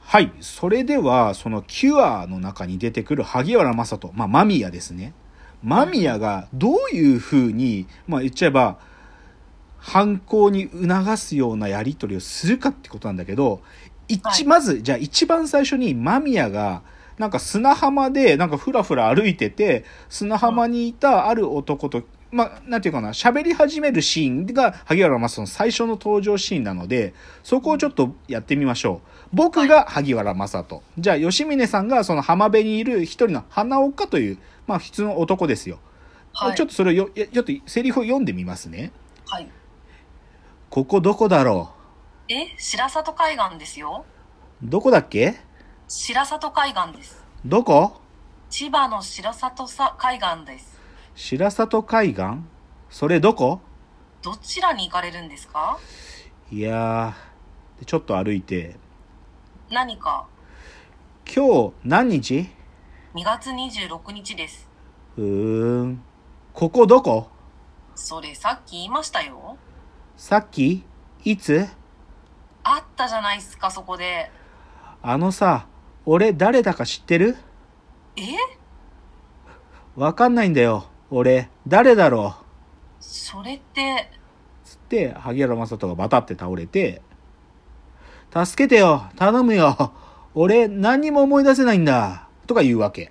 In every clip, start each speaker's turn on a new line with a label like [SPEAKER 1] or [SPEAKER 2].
[SPEAKER 1] はい。それでは、そのキュアの中に出てくる萩原正人、まあ、間宮ですね。間宮がどういうふうに、まあ、言っちゃえば、犯行に促すようなやり取りをするかってことなんだけど、一、
[SPEAKER 2] はい
[SPEAKER 1] まず、じゃあ一番最初に間宮が、なんか砂浜で、なんかふらふら歩いてて、砂浜にいたある男と、まあ、なんていうかな、喋り始めるシーンが、萩原正人の最初の登場シーンなので、そこをちょっとやってみましょう。僕が萩原正人。じゃあ、吉峰さんがその浜辺にいる一人の花岡という、まあ普通の男ですよ。
[SPEAKER 2] はい。
[SPEAKER 1] ちょっとそれをよ、やちょっとセリフを読んでみますね。
[SPEAKER 2] はい。
[SPEAKER 1] ここどこだろ
[SPEAKER 2] え、白里海岸ですよ。
[SPEAKER 1] うどこだっけ
[SPEAKER 2] 白里海岸です。
[SPEAKER 1] どこ
[SPEAKER 2] 千葉の白里さ海岸です。
[SPEAKER 1] 白里海岸それどこ
[SPEAKER 2] どちらに行かれるんですか
[SPEAKER 1] いやー、でちょっと歩いて、
[SPEAKER 2] 何か、
[SPEAKER 1] 今日何日
[SPEAKER 2] 2月26日です。
[SPEAKER 1] うーん。ここどこ
[SPEAKER 2] それさっき言いましたよ。
[SPEAKER 1] さっきいつ
[SPEAKER 2] あったじゃないっすか、そこで。
[SPEAKER 1] あのさ、俺誰だか知ってる
[SPEAKER 2] え
[SPEAKER 1] わかんないんだよ。俺、誰だろう
[SPEAKER 2] それって、
[SPEAKER 1] つって、萩原正人がバタって倒れて、助けてよ頼むよ俺、何にも思い出せないんだとか言うわけ。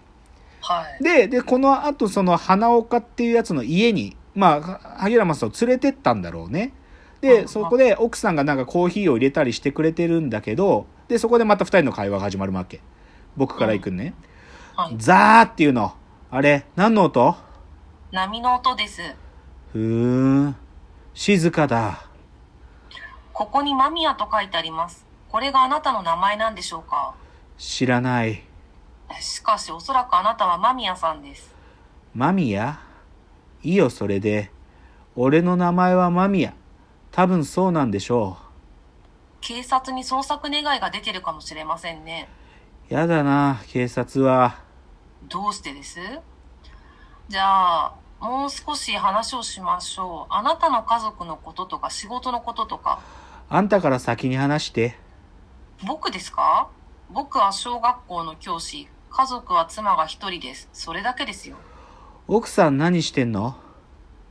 [SPEAKER 2] はい。
[SPEAKER 1] で、で、この後、その、花岡っていうやつの家に、まあ、萩原正人を連れてったんだろうね。
[SPEAKER 2] う
[SPEAKER 1] で、
[SPEAKER 2] ん
[SPEAKER 1] そこで奥さんがなんかコーヒーを入れたりしてくれてるんだけど、で、そこでまた二人の会話が始まるわけ。僕から行くね。
[SPEAKER 2] はい。
[SPEAKER 1] ザーっていうの。あれ、何の音
[SPEAKER 2] 波の音です。
[SPEAKER 1] ふーん。静かだ。
[SPEAKER 2] ここに間宮と書いてあります。これがあなたの名前なんでしょうか
[SPEAKER 1] 知らない。
[SPEAKER 2] しかし、おそらくあなたは間宮さんです。
[SPEAKER 1] マミヤいいよ、それで。俺の名前はマミヤ。多分そうなんでしょ
[SPEAKER 2] 警察に捜索願いが出てるかもしれませんね。
[SPEAKER 1] う。やだな、警察は。
[SPEAKER 2] どうしてですじゃあ、もう少し話をしましょう。あなたの家族のこととか仕事のこととか。
[SPEAKER 1] あんたから先に話して。
[SPEAKER 2] 僕ですか僕は小学校の教師。家族は妻が一人です。それだけですよ。
[SPEAKER 1] 奥さん何してんの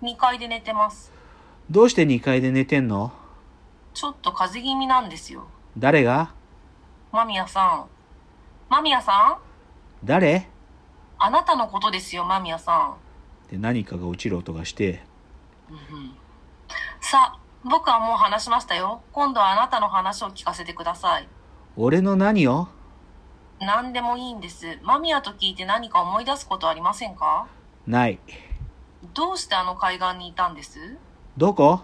[SPEAKER 2] 2階で寝てます。
[SPEAKER 1] どうして2階で寝てんの
[SPEAKER 2] ちょっと風邪気味なんですよ。
[SPEAKER 1] 誰が
[SPEAKER 2] 間宮さん。間宮さん
[SPEAKER 1] 誰っ
[SPEAKER 2] あなたのことですよ、間宮さん。
[SPEAKER 1] て何かが落ちる音がして。
[SPEAKER 2] さあ、僕はもう話しましたよ。今度はあなたの話を聞かせてください。
[SPEAKER 1] 俺の何を
[SPEAKER 2] 何でもいいんです。間宮と聞いて何か思い出すことありませんか
[SPEAKER 1] ない。
[SPEAKER 2] どうしてあの海岸にいたんです
[SPEAKER 1] どこ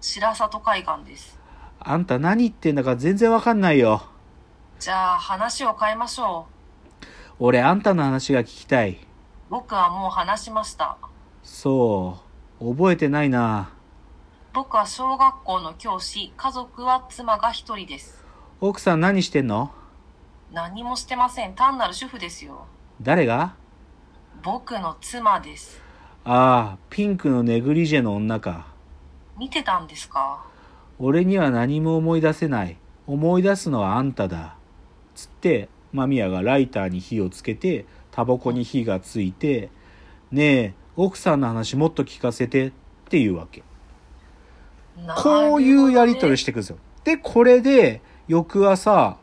[SPEAKER 2] 白里海岸です。
[SPEAKER 1] あんた何言ってんだか全然わかんないよ。
[SPEAKER 2] じゃあ話を変えましょ
[SPEAKER 1] 俺あんたの話が聞きたい。
[SPEAKER 2] う。僕はもう話しました。
[SPEAKER 1] そう。覚えてないな。
[SPEAKER 2] 僕は小学校の教師、家族は妻が一人です。
[SPEAKER 1] 奥さん何してんの
[SPEAKER 2] 何もしてません。単なる主婦ですよ。
[SPEAKER 1] 誰が
[SPEAKER 2] 僕の妻です。
[SPEAKER 1] ああ、ピンクのネグリジェの女か。
[SPEAKER 2] 見てたんですか
[SPEAKER 1] 俺には何も思い出せない。思い出すのはあんただ。つって、マミヤがライターに火をつけて、タバコに火がついて、ねえ、奥さんの話もっと聞かせてっていうわけ。こういうやりとりしていくんですよ。で、これで、翌朝、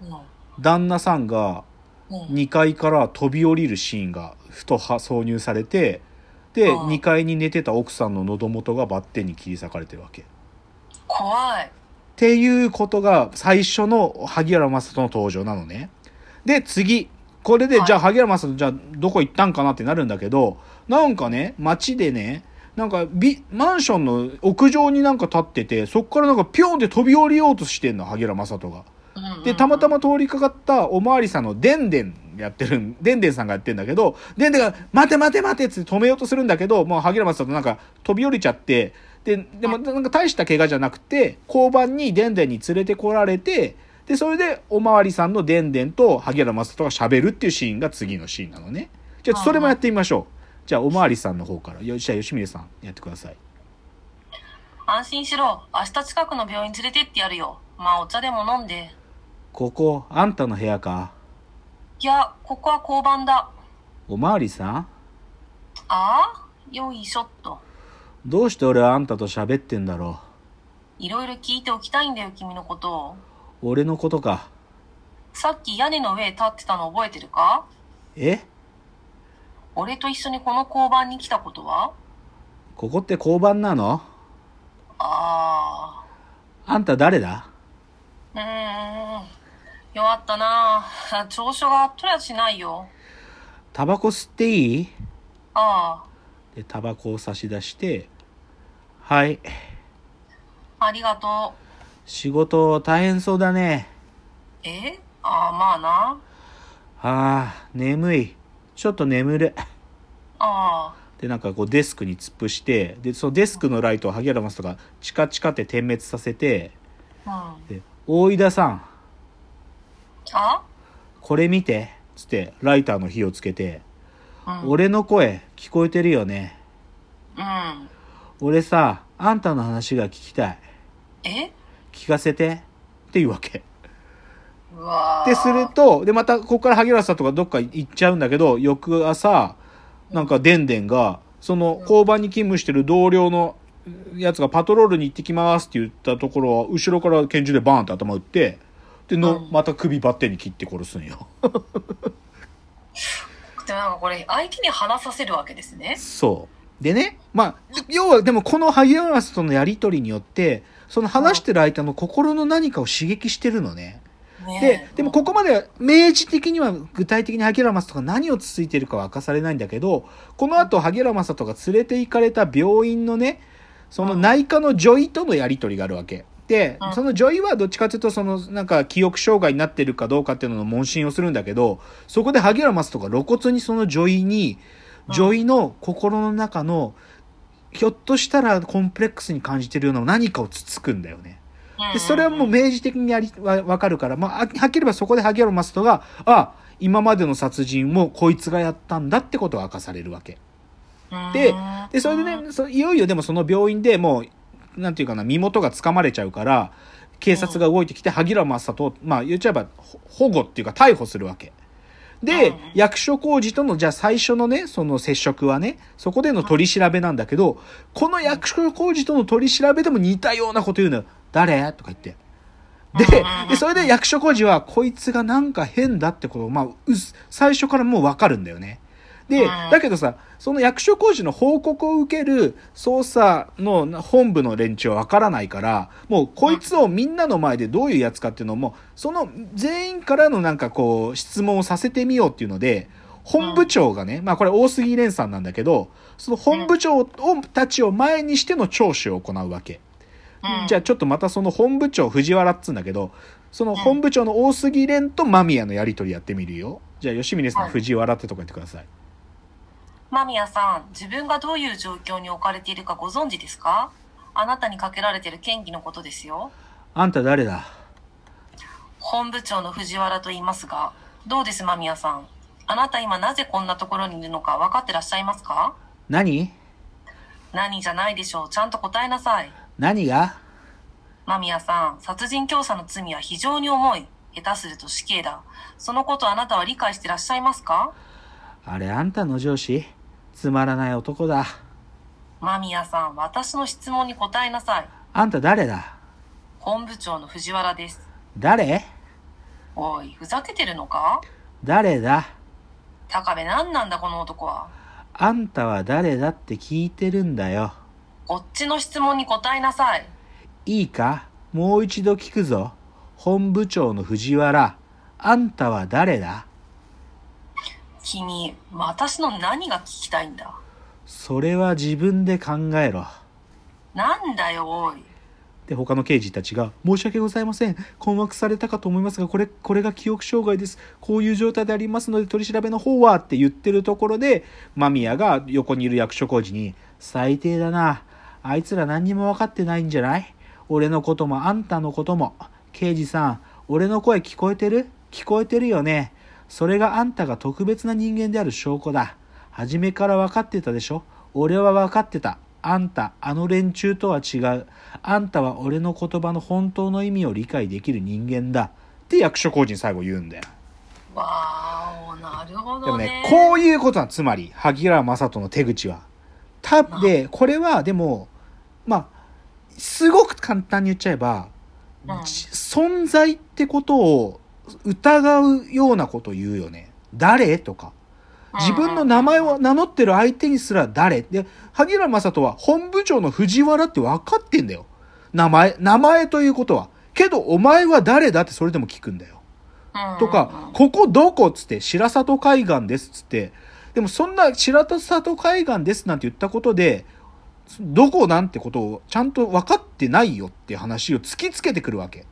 [SPEAKER 2] なるほどね
[SPEAKER 1] 旦那さんが
[SPEAKER 2] うんうん
[SPEAKER 1] 2階から飛び降りるシーンがふとは挿入されて、で、
[SPEAKER 2] うん
[SPEAKER 1] 2階に寝てた奥さんの喉元がバッテンに切り裂かれてるわけ。
[SPEAKER 2] 怖い。
[SPEAKER 1] っていうことが最初の萩原正人の登場なのね。で、次。これで、
[SPEAKER 2] はい
[SPEAKER 1] じゃあ萩原正人、じゃあどこ行ったんかなってなるんだけど、なんかね、街でね、なんかビ、マンションの屋上になんか立ってて、そこからなんかピョンって飛び降りようとしてんの、萩原正人が。
[SPEAKER 2] うんうんうん
[SPEAKER 1] で、たまたま通りかかったおまわりさんのでんでんやってるん、でんでんさんがやってんだけど、でんでんが、待て待て待てっつって止めようとするんだけど、もう萩原正人なんか飛び降りちゃって、で、でもなんか大した怪我じゃなくて、交番にでんでんに連れてこられて、で、それでおまわりさんのでんでんと萩原正人が喋るっていうシーンが次のシーンなのね。じゃあ、それもやってみましょう。じゃあ、おまわりさんの方から。よじゃあ、吉峰さん、やってください。
[SPEAKER 2] 安心しろ。明日近くの病院連れてってやるよ。まあお茶でも飲んで。
[SPEAKER 1] ここ、あんたの部屋か。
[SPEAKER 2] いや、ここは交番だ。
[SPEAKER 1] おまわりさん
[SPEAKER 2] ああよいしょっと。
[SPEAKER 1] どうして俺はあんたと喋ってんだろ
[SPEAKER 2] いろいろ聞いておきたいんだよ、君のことを。
[SPEAKER 1] う。俺のことか。
[SPEAKER 2] さっき屋根の上へ立ってたの覚えてるか
[SPEAKER 1] え
[SPEAKER 2] 俺と一緒にこの交番に来たことは
[SPEAKER 1] ここって交番なの
[SPEAKER 2] あ
[SPEAKER 1] あんた誰だ
[SPEAKER 2] あ。うーん。弱ったなあ。調書が取りゃしないよ。
[SPEAKER 1] タバコ吸っていい
[SPEAKER 2] あ
[SPEAKER 1] で、タバコを差し出して、はい。
[SPEAKER 2] あ。ありがとう。
[SPEAKER 1] 仕事大変そうだね。
[SPEAKER 2] えああ、まあな。
[SPEAKER 1] ああ、眠い。ちょっと眠る。
[SPEAKER 2] あ
[SPEAKER 1] で、なんかこうデスクに突っ伏して、で、そのデスクのライトを萩原マスとか、チカチカって点滅させて、
[SPEAKER 2] あ。うん。
[SPEAKER 1] で、大井田さん、
[SPEAKER 2] あ
[SPEAKER 1] これ見て。つって、ライターの火をつけて、
[SPEAKER 2] うん。
[SPEAKER 1] 俺の声聞こえてるよね。
[SPEAKER 2] うん。
[SPEAKER 1] 俺さ、あんたの話が聞きたい。
[SPEAKER 2] え
[SPEAKER 1] 聞かせて。っていうわけ。
[SPEAKER 2] うわあ
[SPEAKER 1] ってすると、で、また、ここから萩原さんとかどっか行っちゃうんだけど、翌朝、なんか、でんでんが、その、交番に勤務してる同僚のやつがパトロールに行ってきますって言ったところ、後ろから拳銃でバーンって頭打って、で、の、
[SPEAKER 2] うん
[SPEAKER 1] また首バッテンに切って殺すんよ。
[SPEAKER 2] でもなんかこれ相手に話させるわけですね。
[SPEAKER 1] そう。でね、まあ、要は、でもこの萩原さんとのやりとりによって、その話してる相手の心の何かを刺激してるのね。
[SPEAKER 2] ねえ
[SPEAKER 1] で、でもここまでは明示的には具体的に萩原正人が何をつついているかは明かされないんだけど、この後萩原正人が連れて行かれた病院のね、その内科の女医とのやりとりがあるわけ。で
[SPEAKER 2] う、ん
[SPEAKER 1] その女医はどっちかというと、そのなんか記憶障害になってるかどうかっていうのの問診をするんだけど、そこで萩原正人が露骨にその女医に、
[SPEAKER 2] うん
[SPEAKER 1] 女医の心の中の、ひょっとしたらコンプレックスに感じてるような何かをつつくんだよね。
[SPEAKER 2] うん
[SPEAKER 1] でそれはもう明示的にやりわわかるから、まあ、あはっきり言えばそこで萩原正人があ今までの殺人もこいつがやったんだってことが明かされるわけ
[SPEAKER 2] うん
[SPEAKER 1] ででそれでねそいよいよでもその病院でもうなんていうかな身元がつかまれちゃうから警察が動いてきて萩原正人を、まあ、言っちゃえばほ保護っていうか逮捕するわけで、
[SPEAKER 2] うん
[SPEAKER 1] 役所工事とのじゃあ最初のねその接触はねそこでの取り調べなんだけどこの役所工事との取り調べでも似たようなこと言うのよ誰とか言って。で
[SPEAKER 2] うん
[SPEAKER 1] で、それで役所工事は、こいつがなんか変だってことを、まあ、うす最初からもうわかるんだよね。で、
[SPEAKER 2] うん
[SPEAKER 1] だけどさ、その役所工事の報告を受ける捜査の本部の連中はわからないから、もうこいつをみんなの前でどういうやつかっていうのも、その全員からのなんかこう、質問をさせてみようっていうので、本部長がね、まあこれ大杉蓮さんなんだけど、その本部長を、たちを前にしての聴取を行うわけ。
[SPEAKER 2] うん
[SPEAKER 1] じゃあちょっとまたその本部長藤原っつうんだけど、その本部長の大杉蓮と間宮のやりとりやってみるよ。じゃあ吉峰さ
[SPEAKER 2] は
[SPEAKER 1] ん
[SPEAKER 2] い
[SPEAKER 1] 藤原ってとこやってください。
[SPEAKER 2] 間宮さん、自分がどういう状況に置かれているかご存知ですかあなたにかけられている嫌疑のことですよ。
[SPEAKER 1] あんた誰だ
[SPEAKER 2] 本部長の藤原と言いますが、どうです、間宮さん。あなた今なぜこんなところにいるのか分かってらっしゃいますか
[SPEAKER 1] 何
[SPEAKER 2] 何じゃないでしょう。ちゃんと答えなさい。
[SPEAKER 1] 何が
[SPEAKER 2] 間宮さん、殺人教唆の罪は非常に重い。下手すると死刑だ。そのことあなたは理解してらっしゃいますか
[SPEAKER 1] あれあんたの上司つまらない男だ。
[SPEAKER 2] 間宮さん、私の質問に答えなさい。
[SPEAKER 1] あんた誰だ
[SPEAKER 2] 本部長の藤原です。
[SPEAKER 1] 誰
[SPEAKER 2] おい、ふざけてるのか
[SPEAKER 1] 誰だ
[SPEAKER 2] 高部何なんだこの男は。
[SPEAKER 1] あんたは誰だって聞いてるんだよ。
[SPEAKER 2] こっちの質問に答えなさい。
[SPEAKER 1] いいかもう一度聞くぞ。本部長の藤原、あんたは誰だ
[SPEAKER 2] 君、私の何が聞きたいんだ
[SPEAKER 1] それは自分で考えろ。
[SPEAKER 2] なんだよ、おい。
[SPEAKER 1] で他の刑事たちが「申し訳ございません困惑されたかと思いますがこれこれが記憶障害ですこういう状態でありますので取り調べの方は」って言ってるところで間宮が横にいる役所工事に「最低だなあいつら何にも分かってないんじゃない俺のこともあんたのことも刑事さん俺の声聞こえてる聞こえてるよねそれがあんたが特別な人間である証拠だ初めから分かってたでしょ俺は分かってた。あんた、あの連中とは違う。あんたは俺の言葉の本当の意味を理解できる人間だ。っって役所広司に最後言うんだよ。
[SPEAKER 2] わーお、なるほ
[SPEAKER 1] でも
[SPEAKER 2] ど
[SPEAKER 1] ね
[SPEAKER 2] ね。、
[SPEAKER 1] こういうことはつまり、萩原正人の手口は。た、で、これはでも、まあ、すごく簡単に言っちゃえば、
[SPEAKER 2] うん
[SPEAKER 1] じ存在ってことを疑うようなことを言うよね。誰とか。自分の名前を名乗ってる相手にすら誰で、萩原正人は本部長の藤原って分かってんだよ。名前、名前ということは。けど、お前は誰だってそれでも聞くんだよ。とか、ここどこっつって、白里海岸ですっつって、でもそんな白里海岸ですなんて言ったことで、どこなんてことをちゃんと分かってないよっていう話を突きつけてくるわけ。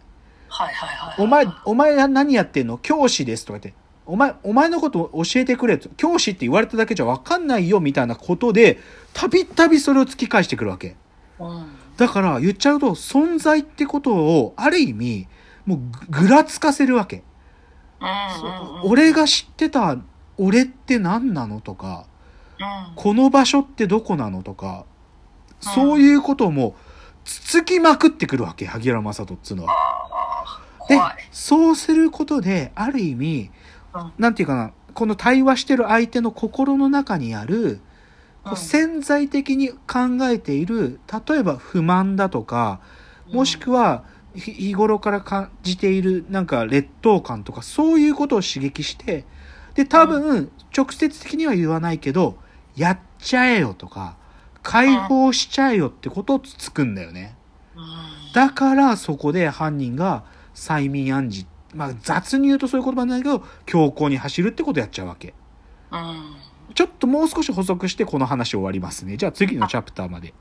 [SPEAKER 2] はいはいはいはい。
[SPEAKER 1] お前、お前何やってんの教師ですとか言って、お前、お前のこと教えてくれと。教師って言われただけじゃ分かんないよみたいなことで、たびたびそれを突き返してくるわけ。
[SPEAKER 2] うん
[SPEAKER 1] だから言っちゃうと、存在ってことを、ある意味、もうぐぐらつかせるわけ。
[SPEAKER 2] うんうんうん、
[SPEAKER 1] 俺が知ってた俺って何なのとか、
[SPEAKER 2] うん
[SPEAKER 1] この場所ってどこなのとか、そういうこともつつきまくってくるわけ、萩原正人っつうのは。
[SPEAKER 2] あー
[SPEAKER 1] で
[SPEAKER 2] 怖い。、
[SPEAKER 1] そうすることで、ある意味
[SPEAKER 2] うん、
[SPEAKER 1] なんていうかな、この対話してる相手の心の中にある、こう
[SPEAKER 2] う
[SPEAKER 1] ん潜在的に考えている、例えば不満だとか、もしくは、ひ日頃から感じている、なんか劣等感とか、そういうことを刺激して、で、多分、直接的には言わないけど、やっちゃえよとか、解放しちゃえよってことをつつくんだよね。
[SPEAKER 2] うん、
[SPEAKER 1] だから、そこで犯人が催眠暗示、まあ雑に言うとそういう言葉になるけど、強行に走るってことをやっちゃうわけ。
[SPEAKER 2] うん
[SPEAKER 1] ちょっともう少し補足してこの話終わりますね。じゃあ次のチャプターまで。